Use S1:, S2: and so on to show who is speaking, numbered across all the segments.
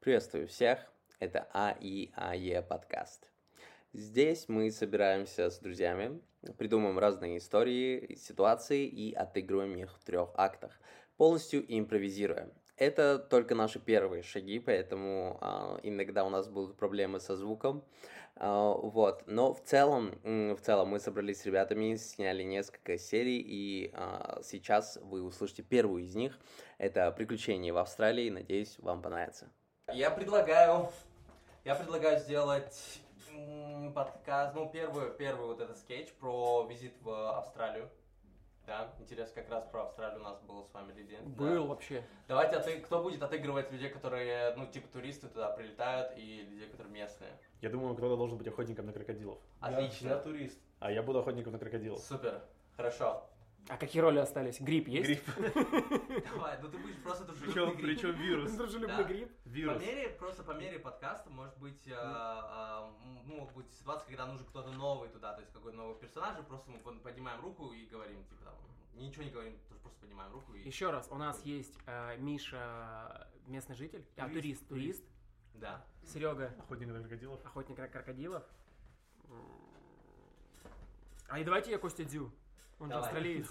S1: Приветствую всех, это А АИАЕ подкаст. Здесь мы собираемся с друзьями, придумываем разные истории, ситуации и отыгрываем их в трех актах, полностью импровизируя. Это только наши первые шаги, поэтому э, иногда у нас будут проблемы со звуком, э, вот. Но в целом, м, в целом мы собрались с ребятами, сняли несколько серий, и э, сейчас вы услышите первую из них. Это «Приключения в Австралии», надеюсь, вам понравится. Я предлагаю, я предлагаю сделать м, подкаст, ну, первую, первый вот этот скетч про визит в Австралию. Да, интересно, как раз про Австралию у нас был с вами Лидия. Да.
S2: Был вообще.
S1: Давайте, отыг- кто будет отыгрывать людей, которые, ну, типа туристы туда прилетают, и людей, которые местные?
S3: Я думаю, кто-то должен быть охотником на крокодилов.
S1: Отлично.
S4: Я, я турист.
S3: А я буду охотником на крокодилов.
S1: Супер. Хорошо.
S2: А какие роли остались? Грипп есть?
S3: Грипп.
S1: Давай, ну ты будешь просто дружелюбный
S3: Причем,
S1: гриб.
S3: причем вирус.
S2: Дружелюбный
S1: Да.
S2: грипп.
S1: По
S3: Вирус.
S1: мере, просто по мере подкаста, может быть, э, э, м, ну, могут быть ситуации, когда нужен кто-то новый туда, то есть какой-то новый персонаж, и просто мы пон- поднимаем руку и говорим, типа там, ничего не говорим, тоже просто поднимаем руку и...
S2: Еще раз, у нас есть э, Миша, местный житель, а турист,
S3: Турист,
S2: турист,
S1: Да.
S2: Серега,
S3: Охотник на крокодилов.
S2: охотник на крокодилов. А и давайте я Костя Дю. Он же
S1: Давай.
S2: австралиец.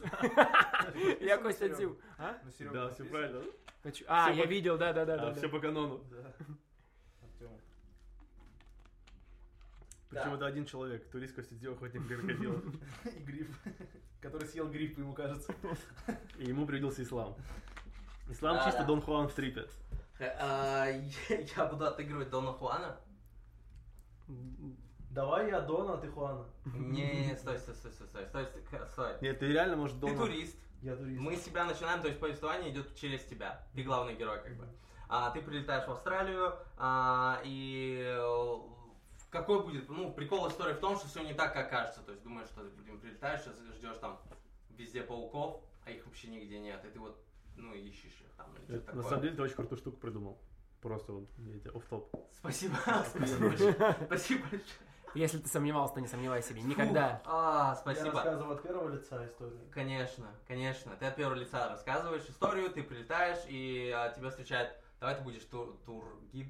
S2: Я Костя Дю. А?
S4: Ну, Серега,
S3: Да, все правильно.
S2: Ну чё- А,
S3: Всё
S2: я
S3: по-
S2: видел, да, да, да, да.
S3: А, Все
S2: да.
S3: по канону.
S4: Да. Артём.
S3: Причем
S1: Да.
S3: это один человек. Турист Костидио, охотник на крокодилов.
S4: И гриб. Который съел гриб, ему кажется.
S3: И ему привиделся ислам. Ислам
S1: Да,
S3: чисто
S1: да.
S3: Дон Хуан в трипе.
S1: Х- а, Я буду отыгрывать Дона Хуана.
S4: Давай я Дона, а ты Хуана.
S1: Не, стой, стой, стой, стой, стой, стой, стой, стой.
S3: Нет, ты реально можешь
S1: Ты
S3: Дона...
S1: турист.
S4: Я турист.
S1: Мы с себя начинаем, то есть повествование идет через тебя. Ты главный герой, как бы. А, ты прилетаешь в Австралию, а, и э, какой будет, ну, прикол истории в том, что все не так, как кажется. То есть думаешь, что ты блин, прилетаешь, сейчас ждешь там везде пауков, а их вообще нигде нет. И ты вот, ну, ищешь их там. или что-то
S3: Это, Э, На
S1: такое.
S3: самом деле ты очень крутую штуку придумал. Просто вот, я тебя офф-топ.
S1: Спасибо. Спасибо большое. Спасибо большое.
S2: Если ты сомневался, то не сомневайся себе. Никогда.
S1: А,
S4: Я
S1: спасибо.
S4: рассказывал от первого лица историю.
S1: Конечно, конечно. Ты от первого лица рассказываешь историю, ты прилетаешь, и а, тебя встречает... Давай ты будешь тур- тур-гид.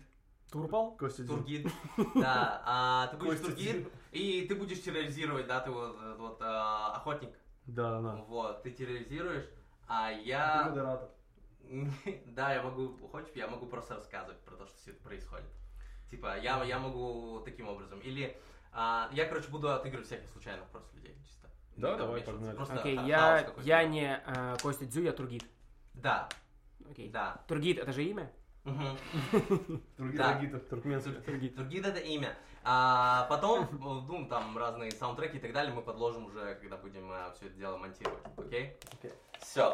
S2: Турпал?
S3: Костидио.
S1: Тургид, да, а ты будешь
S3: Костя
S1: Тургид, и ты будешь терроризировать, да, ты вот, этот вот а, охотник,
S3: Да, да.
S1: вот, ты терроризируешь, а
S4: Ты
S1: я,
S4: модератор.
S3: Ну
S1: да, я могу, хочешь, я могу просто рассказывать про то, что все это происходит, типа, я, я могу таким образом, или а, я, короче, буду отыгрывать всяких случайных просто людей, чисто.
S3: Да,
S1: Иногда
S3: давай,
S1: вмешиваться.
S3: погнали.
S1: Просто
S2: Окей,
S1: ха- хаос
S2: я,
S1: какой-то.
S2: я не э, Костя Дзю, я Тургит.
S1: Да,
S2: Окей.
S1: да.
S2: Тургит, это же имя?
S1: Мгм.
S4: Другие
S1: Да.
S4: другие.
S3: Тургитов, туркменский.
S2: Тургит.
S1: Тургид это имя. А потом, э, ну, там разные саундтреки и так далее мы подложим уже, когда будем все это дело монтировать. Окей?
S4: Окей.
S1: Все,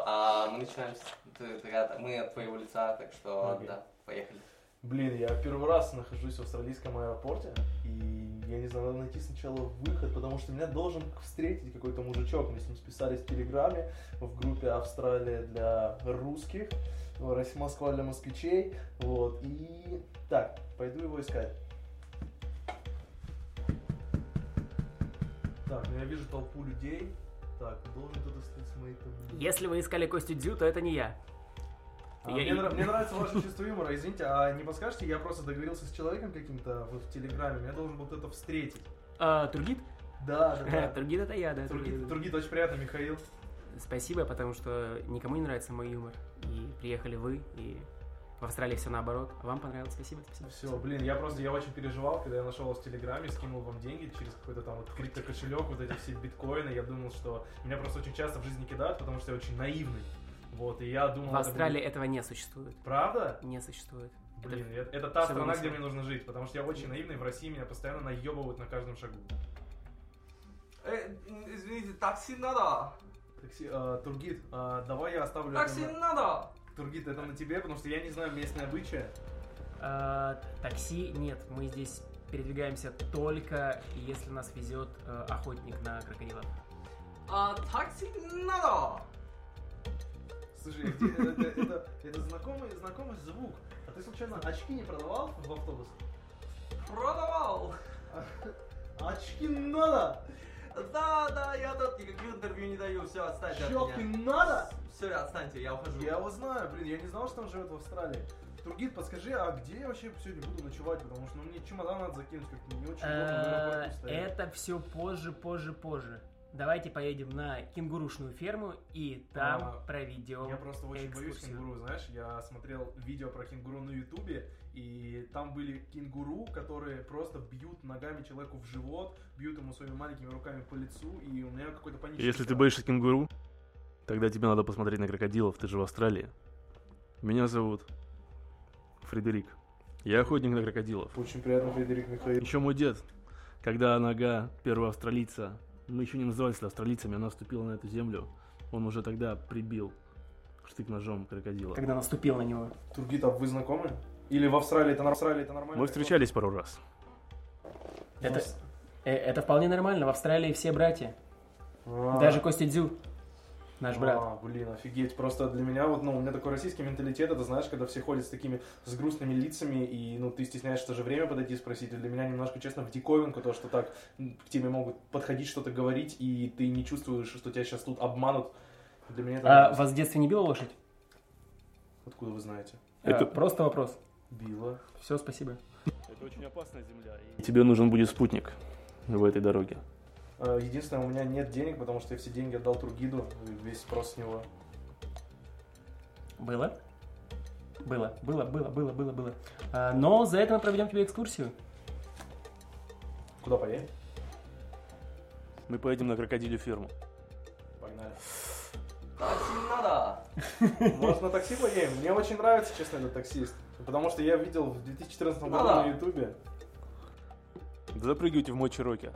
S1: мы начинаем с... ты- ты от- Мы от твоего лица, так что,
S4: Окей.
S1: да, поехали.
S4: Блин, я первый раз нахожусь в австралийском аэропорте, и я не знаю, надо найти сначала выход, потому что меня должен встретить какой-то мужичок. Мы с ним списались в Телеграме в группе Австралия для русских, Рос- Москва для москвичей, вот, и так, пойду его искать. Так, ну я вижу толпу людей, так, должен кто-то встретить с моей таблицей.
S2: Если вы искали Костю Дзю, то это не я.
S4: А
S2: Я-
S4: мне, нра- мне нравится ваше чувство юмора, извините, а не подскажете, я просто договорился с человеком каким-то в, в Телеграме, меня должен был кто-то встретить.
S2: А, Тургит?
S4: Да, да, да.
S2: Тургит это я, да.
S4: Тургит,
S2: Тургит.
S4: Тургит, очень приятно, Михаил.
S2: Спасибо, потому что никому не нравится мой юмор. И приехали вы, и в Австралии все наоборот. А вам понравилось? Спасибо, спасибо.
S4: Все, блин, я просто, я очень переживал, когда я нашел вас в Телеграме, скинул вам деньги через какой-то там вот криптокошелек, вот эти все биткоины, я думал, что меня просто очень часто в жизни кидают, потому что я очень наивный. Вот, и я думал...
S2: В
S4: это
S2: Австралии этого не существует.
S4: будет- Правда?
S2: Не существует. Это-
S4: Блин, это, это та
S2: всё
S4: страна,
S2: вымысел.
S4: где мне нужно жить, потому что я очень наивный, в России меня постоянно наебывают на каждом шагу.
S1: Э, извините, такси надо!
S4: Такси, а, Тургит, а, давай я оставлю... это на-
S1: надо!
S4: Тургит, это на тебе, потому что я не знаю местные обычаи.
S2: А, т- такси нет, мы здесь передвигаемся только если нас везет э, охотник на крокодила.
S1: А, такси надо!
S4: Слушай, где- это, это- это знакомый, знакомый звук. А ты случайно очки не продавал в автобус?
S1: Продавал!
S4: А Очки надо!
S1: Да, да, я тут никаких интервью не даю, все, отстаньте
S4: Щелки надо!
S1: Все, отстаньте, я ухожу.
S4: Я его знаю, блин, я не знал, что он живет в Австралии. Тургит, подскажи, а где я вообще сегодня буду ночевать? Потому что ну, мне чемодан надо закинуть, как-то не очень удобно на
S2: Э,
S4: аэропорту стоять.
S2: Это все позже, позже, позже. Давайте поедем на кенгурушную ферму и
S4: А,
S2: там
S4: Я
S2: проведем.
S4: просто очень боюсь
S2: экскурсию.
S4: кенгуру, знаешь, я смотрел видео про кенгуру на ютубе, и там были кенгуру, которые просто бьют ногами человеку в живот, бьют ему своими маленькими руками по лицу, и у меня какой-то панический
S3: Если ты
S4: страх.
S3: боишься кенгуру, тогда тебе надо посмотреть на крокодилов, ты же в Австралии. Меня зовут Фредерик. Я охотник на крокодилов.
S4: Очень приятно, Фредерик Михаил.
S3: Еще мой дед, когда нога первого австралийца, мы еще не назывались австралийцами, она ступила на эту землю, он уже тогда прибил штык ножом крокодила.
S2: Когда наступил на него.
S4: Тургит, а вы знакомы? Или в Австралии это, нор- Австралии это нормально?
S3: Мы встречались пару раз.
S2: Это, э, это вполне нормально. В Австралии все братья.
S4: А.
S2: Даже Костя Дзю, наш брат.
S4: А, блин, офигеть. Просто для меня вот, ну, у меня такой российский менталитет, это знаешь, когда все ходят с такими, с грустными лицами, и, ну, ты стесняешься даже время подойти и спросить. И Для меня немножко, честно, в диковинку то, что так м, к тебе могут подходить, что-то говорить, и ты не чувствуешь, что тебя сейчас тут обманут. Для меня это...
S2: А вас в детстве не била лошадь?
S4: Откуда вы знаете?
S3: Это-
S2: Э, просто вопрос.
S4: Било.
S2: Все, спасибо.
S3: Это очень опасная земля. Тебе нужен будет спутник в этой дороге.
S4: А, Единственное, у меня нет денег, потому что я все деньги отдал Тургиду, и весь спрос с него.
S2: Было? Было, было, было, было, было, было. А, но за это мы проведем тебе экскурсию.
S4: Куда поедем?
S3: Мы поедем на крокодилю ферму.
S4: Погнали.
S1: надо!
S4: Может, на такси поедем? Мне очень нравится, честно, этот таксист. Потому что я видел в 2014 году
S1: Да-да.
S4: на Ютубе.
S3: Запрыгивайте в мой чероке.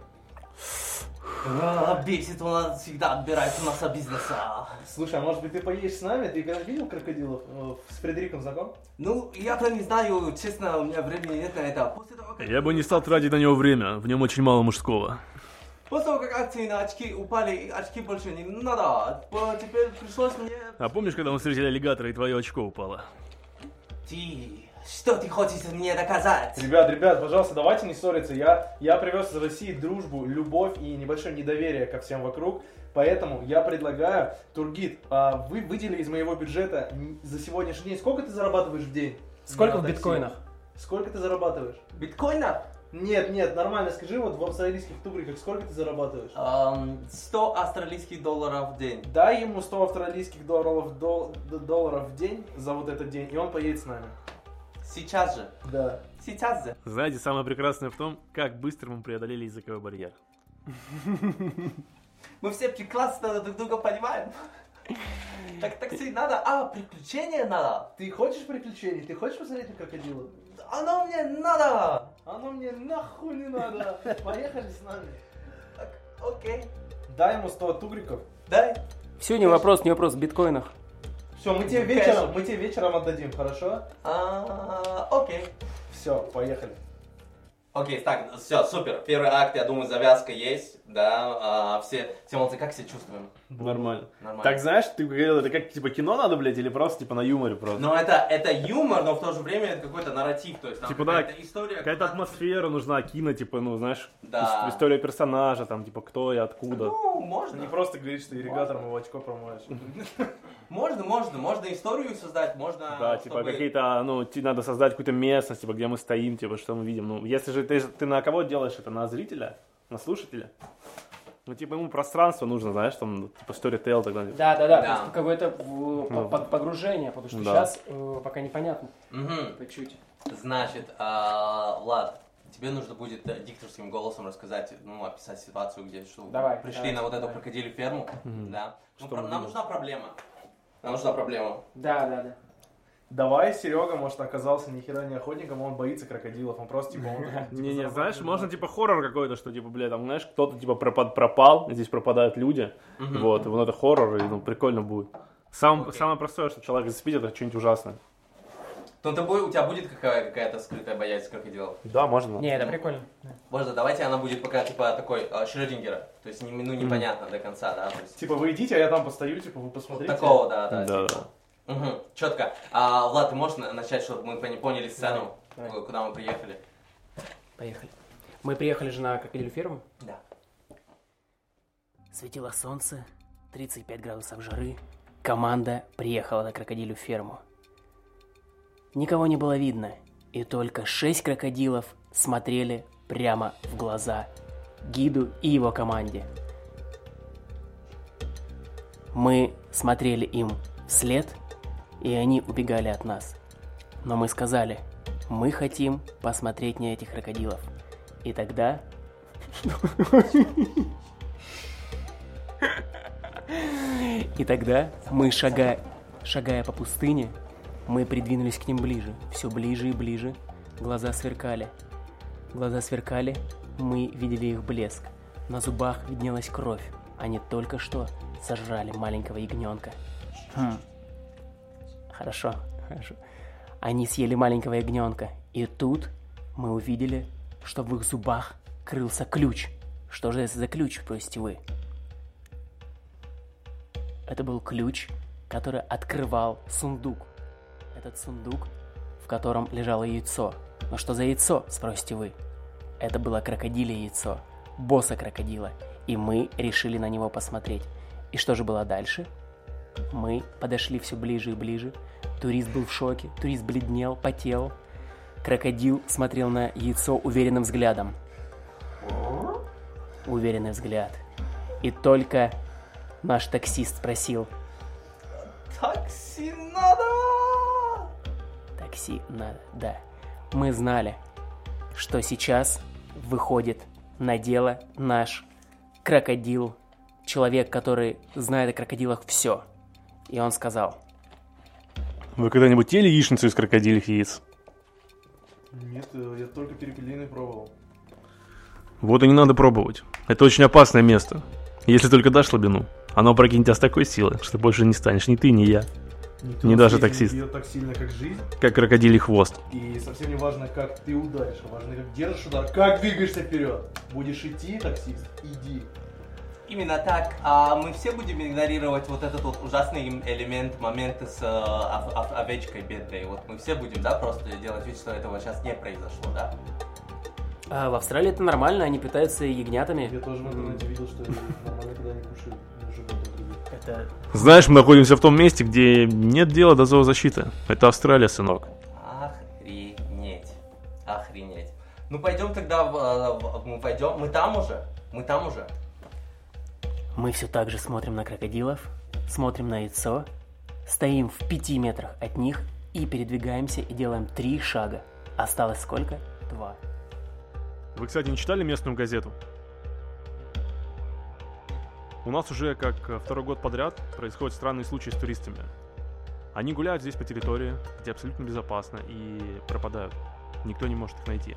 S1: Э, бесит, он всегда отбирает у нас от бизнеса.
S4: Слушай, а может быть ты поедешь с нами? Ты когда видел крокодилов? Э, С Фредериком знаком?
S1: Ну, я-то не знаю, честно, у меня времени нет на это. После того, как...
S3: Я бы не стал тратить на него время, в нем очень мало мужского.
S1: После того, как акции на очки упали, очки больше не надо. По- Теперь пришлось мне...
S3: А помнишь, когда мы встретили аллигатора и твое очко упало?
S1: Ты... Что ты хочешь мне доказать?
S4: Ребят, ребят, пожалуйста, давайте не ссориться. Я, я привез из России дружбу, любовь и небольшое недоверие ко всем вокруг. Поэтому я предлагаю, Тургит, а, вы выдели из моего бюджета м, за сегодняшний день. Сколько ты зарабатываешь в день?
S2: Сколько
S4: На
S2: в
S4: такси?
S2: биткоинах?
S4: Сколько ты зарабатываешь?
S1: Биткоина?
S4: Нет, нет, нормально, скажи вот в австралийских тубриках, сколько ты зарабатываешь?
S1: Эм, 100 австралийских долларов в день.
S4: А, Дай ему 100 австралийских долларов, дол- д- долларов в день за вот этот день, и он поедет с нами.
S1: Сейчас же.
S4: Да.
S1: Сейчас же.
S3: Знаете, самое прекрасное в том, как быстро мы преодолели языковой барьер.
S1: Мы все прекрасно друг друга понимаем. Так такси надо, а приключения надо.
S4: Ты хочешь приключений? Ты хочешь посмотреть на крокодила?
S1: Оно мне надо.
S4: Оно мне нахуй не надо. Поехали с нами.
S1: Так, окей.
S4: Дай ему 100 тугриков.
S1: Дай.
S2: Сегодня вопрос, не вопрос в биткоинах.
S4: Все, мы тебе
S1: Кэш.
S4: вечером, мы тебе вечером отдадим, хорошо?
S1: А, окей.
S4: Все, поехали.
S1: Окей, так, все, супер. Первый акт, я думаю, завязка есть, да. а, все, Симонцы, как себя чувствуем?
S3: Нормально.
S1: Нормально.
S3: Так знаешь, ты говорил, это как типа кино надо, блядь, или просто типа на юморе просто?
S1: Но это, это юмор, но в то же время это какой-то нарратив, то есть там
S3: Типа, да,
S1: какая-то история.
S3: Какая-то атмосфера нужна, кино, типа, ну, знаешь,
S1: Да.
S3: ис- история персонажа, там, типа, кто и откуда.
S1: Ну, можно.
S4: Не просто говорить, что ирригатором его очко промоешь.
S1: Можно, можно, можно историю создать, можно...
S3: Да, типа,
S1: чтобы-
S3: какие-то, ну, ти- надо создать какую-то местность, типа, где мы стоим, типа, что мы видим. Ну, если же ты, ты на кого делаешь это? На зрителя? На слушателя? Ну, типа, ему пространство нужно, знаешь, там, ну, типа, storytell и так далее.
S2: Да, да,
S1: Да.
S2: да, то есть какое-то в- по- по- погружение, потому что
S3: Ну. Да.
S2: сейчас э, пока непонятно.
S1: Мгм.
S2: По чуть.
S1: Значит, а, Влад, тебе нужно будет э, дикторским голосом рассказать, ну, описать ситуацию, где что
S2: Давай,
S1: пришли
S2: давай,
S1: на вот эту
S2: давай.
S1: крокодили ферму, да. Ну, про-
S3: Что мы
S1: нам
S3: делаем?
S1: нужна проблема. Нам нужна проблема.
S2: Да, да, да.
S4: Давай, Серега, может, оказался ни хера не охотником, он боится крокодилов, он просто типа... он, типа,
S3: Не-не,
S4: зарабатывает
S3: знаешь,
S4: много.
S3: можно типа хоррор какой-то, что типа, бля, там, знаешь, кто-то типа пропад- пропал, здесь пропадают люди, вот, и вот это хоррор, и ну, прикольно будет. Сам,
S1: Окей.
S3: Самое простое, что человек заспит, это что-нибудь ужасное.
S1: Но тобой, у тебя будет какая- какая-то скрытая боязнь крокодилов?
S3: Да, можно.
S2: Не, это прикольно.
S1: Можно, давайте она будет пока типа такой э, Шрёдингера. То есть, не- ну, непонятно до конца, да. То есть,
S4: Типа, вы идите, а я там постою, типа, вы
S1: вот
S4: посмотрите.
S1: такого, да, да.
S3: Да, да.
S1: Четко. А, Влад, ты можешь на- начать, чтобы мы пони- поняли сцену,
S2: Давай,
S1: э, куда мы приехали?
S2: Поехали. Мы приехали же на крокодилю ферму.
S1: Да.
S2: Светило солнце, 35 градусов жары. Команда приехала на крокодилю ферму. Никого не было видно, и только шесть крокодилов смотрели прямо в глаза гиду и его команде. Мы смотрели им вслед, и они убегали от нас. Но мы сказали, мы хотим посмотреть на этих крокодилов. И тогда... И тогда мы, шага... шагая по пустыне, мы придвинулись к ним ближе, все ближе и ближе. Глаза сверкали. Глаза сверкали, мы видели их блеск. На зубах виднелась кровь. Они только что сожрали маленького ягненка. Хм. Хорошо, хорошо. Они съели маленького ягненка. И тут мы увидели, что в их зубах крылся ключ. Что же это за ключ, спросите вы? Это был ключ, который открывал сундук. Этот сундук, в котором лежало яйцо. Но что за яйцо, спросите вы? Это было крокодиле яйцо, босса крокодила, и мы решили на него посмотреть. И что же было дальше? Мы подошли все ближе и ближе. Турист был в шоке, турист бледнел, потел. Крокодил смотрел на яйцо уверенным взглядом. Уверенный взгляд. И только наш таксист спросил,
S4: Такси надо!
S2: такси надо, да. Мы знали, что сейчас выходит на дело наш крокодил, человек, который знает о крокодилах все. И он сказал,
S3: Вы когда-нибудь ели яичницу из крокодильных яиц?
S4: Нет, э, я только перепелиный пробовал.
S3: Вот и не надо пробовать. Это очень опасное место. Если только дашь слабину, оно прокинет тебя с такой силы, что больше не станешь ни ты, ни я. Не даже таксист.
S4: Ее так сильно, как жизнь.
S3: Как крокодилий хвост.
S4: И совсем не важно, как ты ударишь, а важно, как держишь удар, как двигаешься вперед. Будешь идти, таксист, иди.
S1: Именно так. А мы все будем игнорировать вот этот вот ужасный им элемент, момент с э, ов- ов- овечкой бедной. Вот мы все будем, да, просто делать вид, что этого сейчас не произошло, да?
S2: а в Австралии это нормально, они питаются
S4: Я
S2: ягнятами.
S4: тоже в интернете видел, что нормально, когда они кушают животных других.
S2: Это
S3: Знаешь, мы находимся в том месте, где нет дела до зоозащиты. Это Австралия, сынок.
S1: Охренеть. Охренеть. Ну пойдем тогда, в, э, в- мы пойдем, мы там уже, мы там уже.
S2: Мы все так же смотрим на крокодилов, смотрим на яйцо, стоим в пяти метрах от них и передвигаемся и делаем три шага. Осталось сколько? Два.
S3: Вы, кстати, не читали местную газету? У нас уже как э, второй год подряд происходят странные случаи с туристами. Они гуляют здесь по территории, где абсолютно безопасно, и пропадают. Никто не может их найти.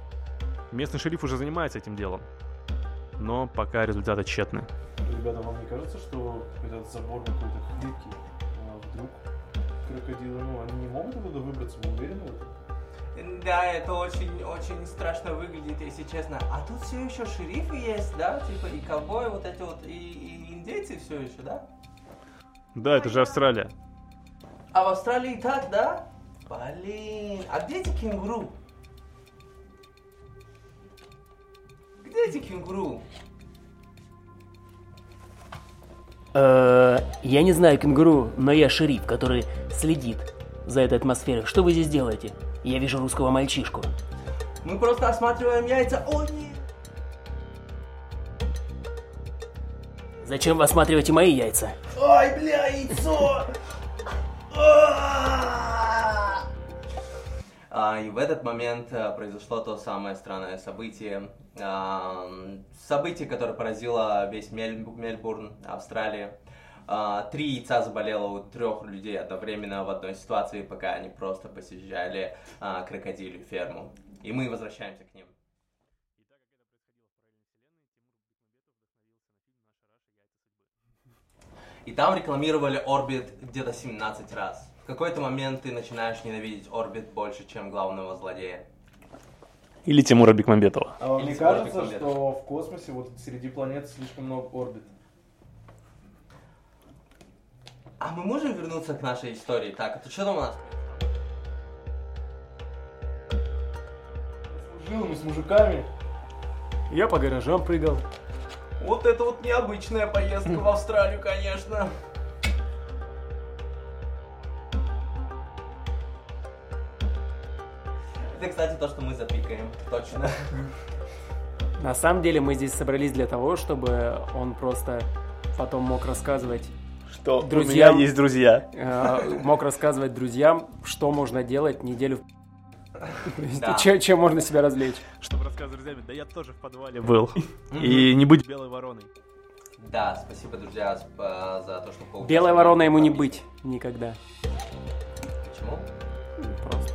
S3: Местный шериф уже занимается этим делом. Но пока результаты тщетны.
S4: Ребята, вам не кажется, что этот забор какой-то хлипкий? А вдруг крокодилы, ну, они не могут оттуда выбраться, вы уверены в этом?
S1: Да, это очень-очень страшно выглядит, если честно. А тут все еще шерифы есть, да? Типа и ковбои вот эти вот, и, и индейцы все еще, да?
S3: Да, это же Австралия.
S1: А в Австралии и так, да? Блин, а где эти кенгуру? Где эти кенгуру?
S2: Э, Я не знаю кенгуру, но я шериф, который следит за этой атмосферой. Что вы здесь делаете? Я вижу русского мальчишку.
S1: Мы просто осматриваем яйца. О, нет!
S2: Зачем вы осматриваете мои яйца?
S1: Ай, бля, яйцо! А! А, И в этот момент э, произошло то самое странное событие. Ам, Событие, которое поразило весь Мель- Мельбурн, Австралия. А, Три яйца заболело у трех людей одновременно в одной ситуации, пока они просто посещали а, крокодилью ферму. И мы возвращаемся к ним. И там рекламировали Орбит где-то 17 раз. В какой-то момент ты начинаешь ненавидеть Орбит больше, чем главного злодея.
S3: Или Тимура Бекмамбетова.
S4: А вам
S1: Или
S4: не
S1: забор
S4: кажется,
S1: какой-то?
S4: что в космосе вот среди планет слишком много орбит?
S1: А мы можем вернуться к нашей истории? Так, а то что там у нас?
S4: Жил мы с мужиками.
S2: Я по гаражам прыгал.
S1: Вот это вот необычная поездка в Австралию, конечно. Это, кстати, то, что мы запикаем. Точно.
S2: На самом деле мы здесь собрались для того, чтобы он просто потом мог рассказывать
S5: Что
S2: Друзья.
S5: у меня есть друзья.
S2: э, мог рассказывать друзьям, что можно делать неделю. То есть,
S1: Да.
S2: Чем, чем можно себя развлечь?
S3: Чтобы рассказывать друзьям, да я тоже в подвале был. И не быть белой вороной.
S1: Да, спасибо, друзья, сп- э, за то, что коучили.
S2: Белая ворона ему не быть никогда.
S1: Почему?
S2: Просто.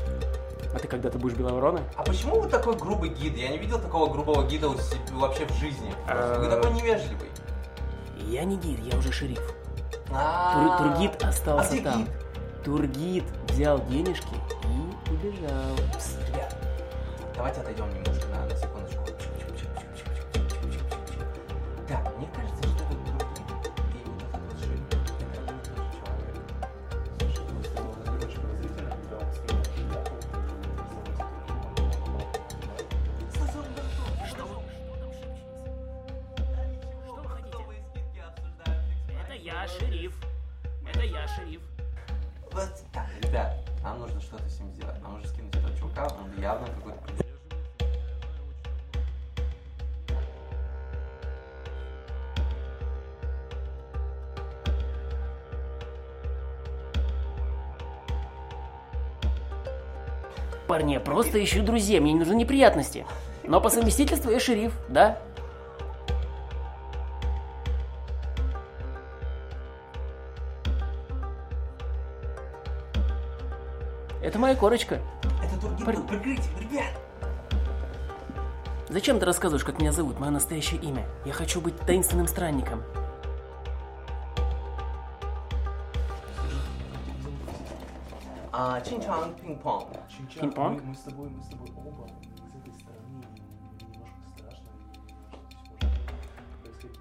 S2: А ты когда-то будешь белой вороной?
S1: А почему вы такой грубый гид? Я не видел такого грубого гида у се- вообще в жизни.
S2: А.
S1: Вы такой невежливый.
S2: Я не гид, я уже шериф.
S1: А.
S2: Тургит
S1: А
S2: остался
S1: где
S2: там.
S1: гид?
S2: Тургит взял денежки и убежал.
S1: Пс, ребят, давайте отойдем немножко на, на секундочку. Так, мне кажется, что этот Тургит и вот этот вот Шин, это один и тот же человек.
S4: Слушай,
S1: ну,
S4: просто было немножко подозрительно, когда он скинул шляпу, и заметил, что он
S1: Это я, шериф.
S2: Это я шериф.
S1: Вот так, ребят, нам нужно что-то с ним сделать. Нам нужно скинуть этого чувака, он явно какой-то...
S2: Парни, я просто ищу друзей, мне не нужны неприятности. Но по совместительству я шериф, да? Это моя корочка.
S1: Это Тургит
S2: Пар-
S1: был прикрытие, ребят!
S2: Зачем ты рассказываешь, как меня зовут, мое настоящее имя? Я хочу быть таинственным странником.
S1: А, Чин-чан, пинг-понг.
S4: Чинчак,
S2: Пинг-понг?
S4: Мы, мы с тобой, мы с тобой оба из этой стороны и немножко страшно, и немножко может происходить.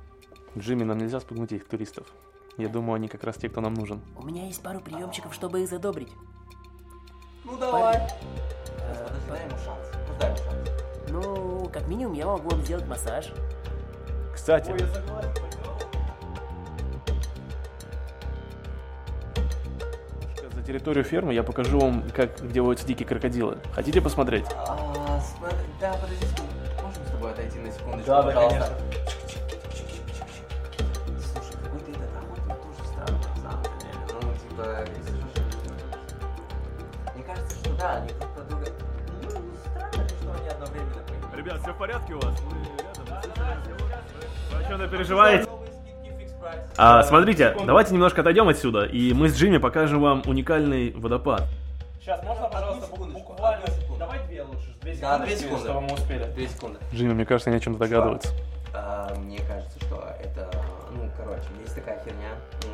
S3: Джимми, нам нельзя спугнуть этих туристов. Я думаю, они как раз те, кто нам нужен.
S2: У меня есть пару приемчиков, чтобы их задобрить.
S1: Ну давай! Сейчас,
S2: Э,
S1: Подожди, дай ему шанс. Пусть дай ему шанс.
S2: Ну, как минимум, я могу вам сделать массаж.
S5: Кстати,
S4: Ой, я согласен, пойдем.
S3: За территорию фермы я покажу вам, как, где водятся дикие крокодилы. Хотите посмотреть?
S1: А, смотри, да, подожди, секунду. можем с тобой отойти на секундочку,
S4: Да, да,
S1: пожалуйста? Слушай, какой-то этот охотник тоже странный, на самом деле. Ну, типа, если что, Мне кажется, что да, они друг про друга... Ну, странно, что они одновременно появились.
S3: Ребят, все в порядке у вас? Вы о чем
S1: Давай
S3: переживаете?
S1: новые скидки, фикс прайс.
S3: А, смотрите, давайте немножко отойдем отсюда, и мы с Джимми покажем вам уникальный водопад.
S4: Сейчас, можно,
S1: Одну
S4: пожалуйста, бу-
S1: секундочку,
S4: буквально...
S1: одну секунду.
S4: Давай две лучше, две
S1: Да,
S4: секунды,
S1: две секунды.
S4: чтобы мы успели.
S1: Две секунды.
S3: Джимми, мне кажется, они о чем-то догадываются.
S1: А, Мне кажется, что это, ну, короче, есть такая херня.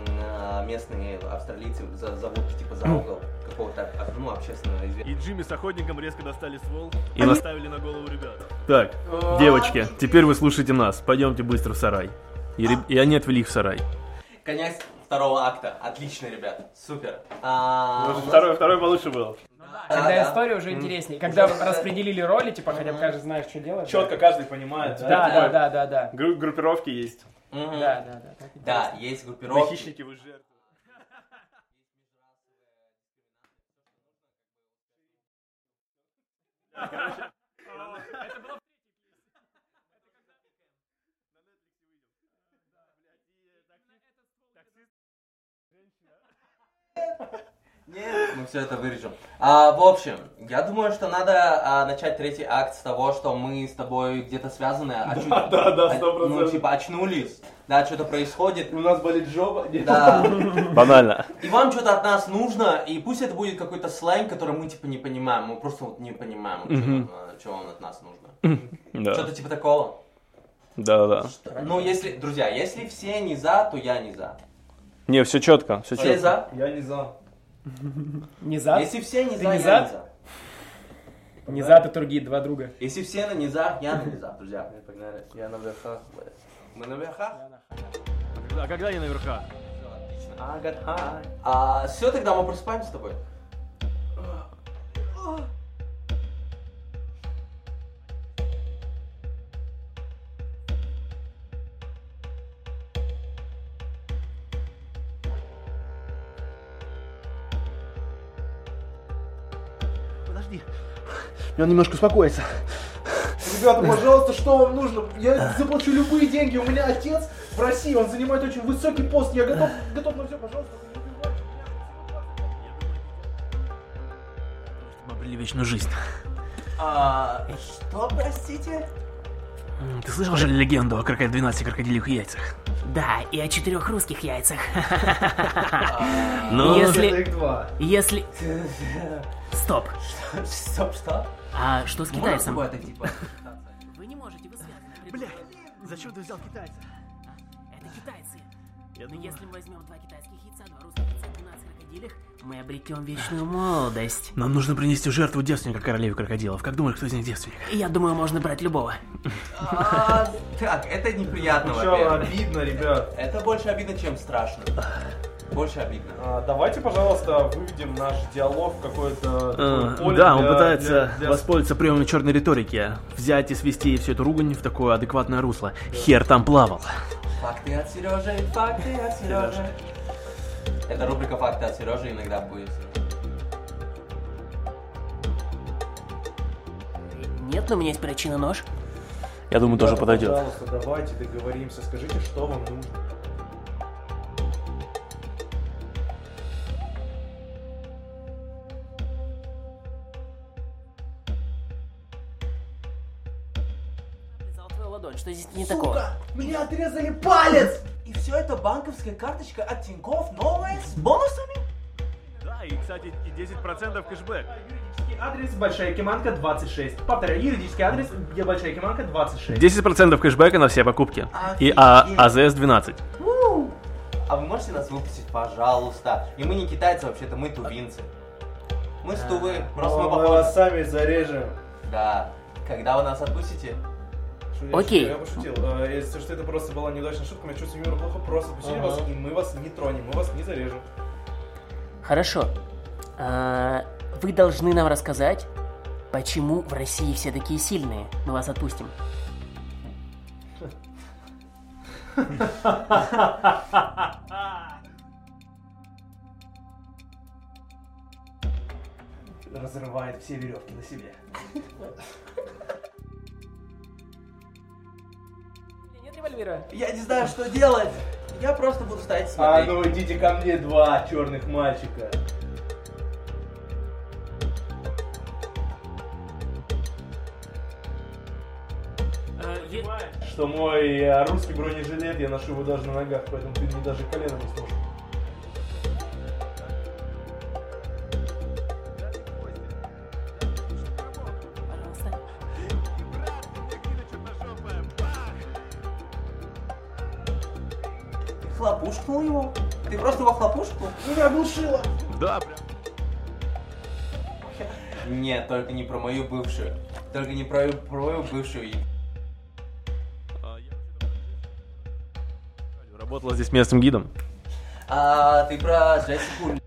S1: М, а, Местные австралийцы за- зовут, типа, за угол какого-то, а, ну, общественного известного.
S3: Джимми с охотником резко достали ствол
S5: и Они-
S3: наставили на голову ребят. Так, девочки, теперь вы слушайте нас. Пойдемте быстро в сарай. И, реб- и они отвели их в сарай.
S1: Конец второго акта. Отлично, ребят. Супер.
S3: Ну,
S1: А, у нас-
S5: второй получше был.
S1: Да,
S2: Когда
S1: А, да.
S2: история уже интереснее. Когда распределили роли, типа, хотя бы каждый знает, что делать.
S4: Четко каждый понимает, да?
S2: Да, да, да, да, да.
S5: группировки есть.
S1: Мгм.
S2: Да, да, да. так и
S1: Да, есть группировки.
S5: вы жертвы.
S1: Нет, мы все это вырежем. А, в общем, я думаю, что надо а, начать третий акт с того, что мы с тобой где-то связаны. Да,
S4: да, да,
S1: Ну,
S4: 100%.
S1: типа, очнулись. Да, что-то происходит.
S4: У нас болит жопа. Нет.
S1: Да.
S3: Банально.
S1: И вам что-то от нас нужно, и пусть это будет какой-то сленг, который мы типа не понимаем. Мы просто вот не понимаем, вот, чё
S3: Мгм.
S1: вам, э, чё вам от нас нужно.
S3: Да,
S1: Что-то типа такого.
S3: да, да.
S1: Ну, если, друзья, если все не за, то я не за.
S3: Не, все четко, все
S1: Все
S3: четко.
S1: за?
S4: Я не за.
S2: Не за?
S1: Если все не
S2: Ты
S1: за,
S2: не
S1: я
S2: за?
S1: не за.
S2: Не за, это другие два друга.
S1: Если все на не за, я на не за, друзья.
S4: Погнали. Я на верхах. блядь.
S1: Мы на верхах?
S3: А когда они наверха?
S1: Всё, отлично.
S4: I got high.
S1: А, все, тогда мы просыпаемся с тобой.
S4: Подожди,
S6: подожди. Мне он немножко успокоится.
S4: Ребята, пожалуйста, что вам нужно? Я заплачу любые деньги. У меня отец в России, он занимает очень высокий пост. Я готов, готов на все, пожалуйста. не убивайте
S2: Мы обрели вечную жизнь.
S1: А, что, простите?
S2: М, Ты слышал же легенду о крокодиле 12 и крокодильных яйцах? Да, и о четырех русских яйцах.
S3: Ну,
S4: меня.
S2: Если...
S4: Это их два.
S2: Если... Стоп.
S1: Что, что?
S2: А что с
S1: Можно с
S2: китайцем?
S1: тобой отойти? пожалуйста?
S2: Вы не можете, вы связаны. А?
S6: Бля, зачем ты взял китайца?
S2: Это китайцы.
S6: Я
S2: Но
S6: думаю,
S2: если мы возьмем два китайских яйца, два русских яйца, 12 крокодилях, мы обретем вечную молодость.
S3: Нам нужно принести жертву девственника королеве крокодилов. Как думаешь, кто из них девственник?
S2: И Я думаю, можно брать любого.
S1: А, Так, это неприятно,
S4: Сначала
S1: во-первых.
S4: обидно, ребят.
S1: Это больше обидно, чем страшно. Больше обидно.
S4: А, Давайте, пожалуйста, выведем наш диалог в какое-то такое поле
S3: Э, да, он
S4: для-
S3: пытается
S4: для- для
S3: воспользоваться приемами черной риторики. Взять и свести всю эту ругань в такое адекватное русло. Хер там плавал.
S1: Факты от Сережи, факты от Сережи. Это рубрика «Факты от Сережи» иногда будет.
S2: Нет, но у меня есть причина нож.
S3: Я думаю, тоже подойдет.
S4: Пожалуйста, давайте договоримся. Скажите, что вам нужно.
S2: Залатываю ладонь, что здесь не такого?
S1: Мне отрезали палец! И все это банковская карточка от Тинькофф новая с бонусами?
S3: Да, и, кстати, 10% кэшбэк.
S4: Адрес Большая Киманка 26. Повторяю, юридический адрес где Большая Киманка 26.
S3: 10% кэшбэка на все покупки. И
S1: Офигеть.
S3: а, АЗС 12.
S1: А вы можете нас выпустить, пожалуйста? И мы не китайцы, вообще-то мы тувинцы. Мы с Тувы, просто мы
S4: Ну, а мы вас
S1: похожи.
S4: сами зарежем.
S1: Да. Когда вы нас отпустите?
S4: Шо, я
S2: Окей.
S4: шучу, Я пошутил. А, Если что, это просто была неудачная шутка, мы чувствуем юмора плохо, просто пустили вас, и мы вас не тронем, мы вас не зарежем.
S2: Хорошо. А, Вы должны нам рассказать, почему в России все такие сильные. Мы вас отпустим.
S4: Разрывает все веревки на себе.
S2: Нет револьвера.
S1: Я не знаю, что делать. Я просто буду стоять и
S4: А
S1: смотреть.
S4: ну идите ко мне, два черных мальчика. Что мой э, русский бронежилет, я ношу его даже на ногах, поэтому ты мне даже колено не сможешь.
S2: Пожалуйста.
S1: Ты хлопушкнул его? Ты просто его хлопушкнул?
S4: Меня оглушило!
S3: Да, прям.
S1: Нет, только не про мою бывшую. Только не про, про мою бывшую.
S3: Работала здесь местным гидом.
S1: А ты про Джессику.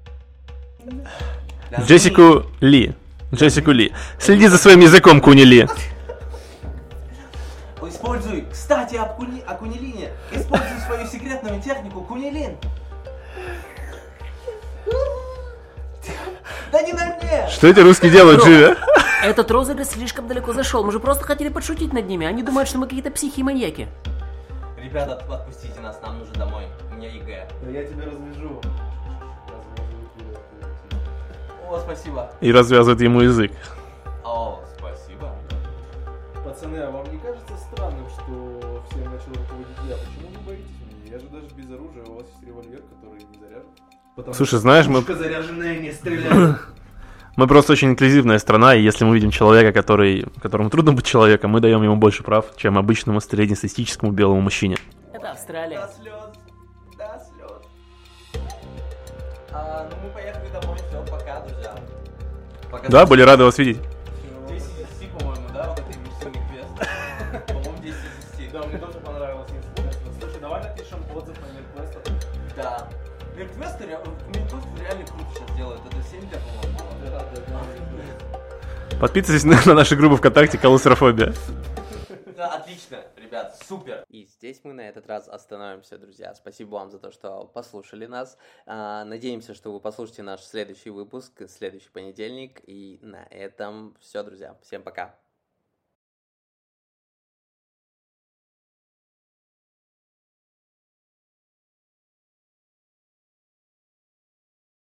S1: Да, ну,
S3: Джессику Ли. Джессику Ли. Следи за своим языком, Куни Ли.
S1: ну, Используй. Кстати, об куни... о кунилине. Используй свою секретную технику кунилин. Да не на мне!
S3: Что эти русские делают, Джи?
S2: Этот розыгрыш слишком далеко зашел. Мы же просто хотели подшутить над ними. Они думают, что мы какие-то психи и маньяки.
S1: Ребята, отп- отпустите нас, нам нужно домой. У меня ЕГЭ.
S4: Да я тебя развяжу. Развяжу, куда ты летишь.
S1: О, спасибо.
S3: И развязывает ему язык.
S1: О, спасибо.
S4: Пацаны, а вам не кажется странным, что всем начал руководить я? Почему вы боитесь меня? Я же даже без оружия, а у вас есть револьвер, который не заряжен. Потому
S3: Слушай, знаешь, мы,
S4: пушка заряженная не стреляет.
S3: мы просто очень инклюзивная страна, и если мы видим человека, который, которому трудно быть человеком, мы даем ему больше прав, чем обычному среднестатистическому белому мужчине.
S2: Это Австралия.
S1: До слез. До слез. А, ну мы поехали домой, все, пока, друзья. Пока,
S3: Да, были рады вас видеть.
S1: 10 из 10, по-моему, да, вот это миссионный квест. По-моему, 10 из 10.
S4: Да, мне тоже понравилось, если честно. Слушай, давай напишем отзыв на Мерквест.
S1: Да. Мертвест реально круто сейчас делают. Это 7 для по-моему. было.
S3: Подписывайтесь на, на наши группы ВКонтакте «Коллусерофобия».
S1: Да, отлично, ребят.
S7: ребят, супер!
S1: И здесь мы на этот раз остановимся, друзья. Спасибо вам за то, что послушали нас. А, Надеемся, что вы послушаете наш следующий выпуск, следующий понедельник. И на этом все, друзья. Всем пока.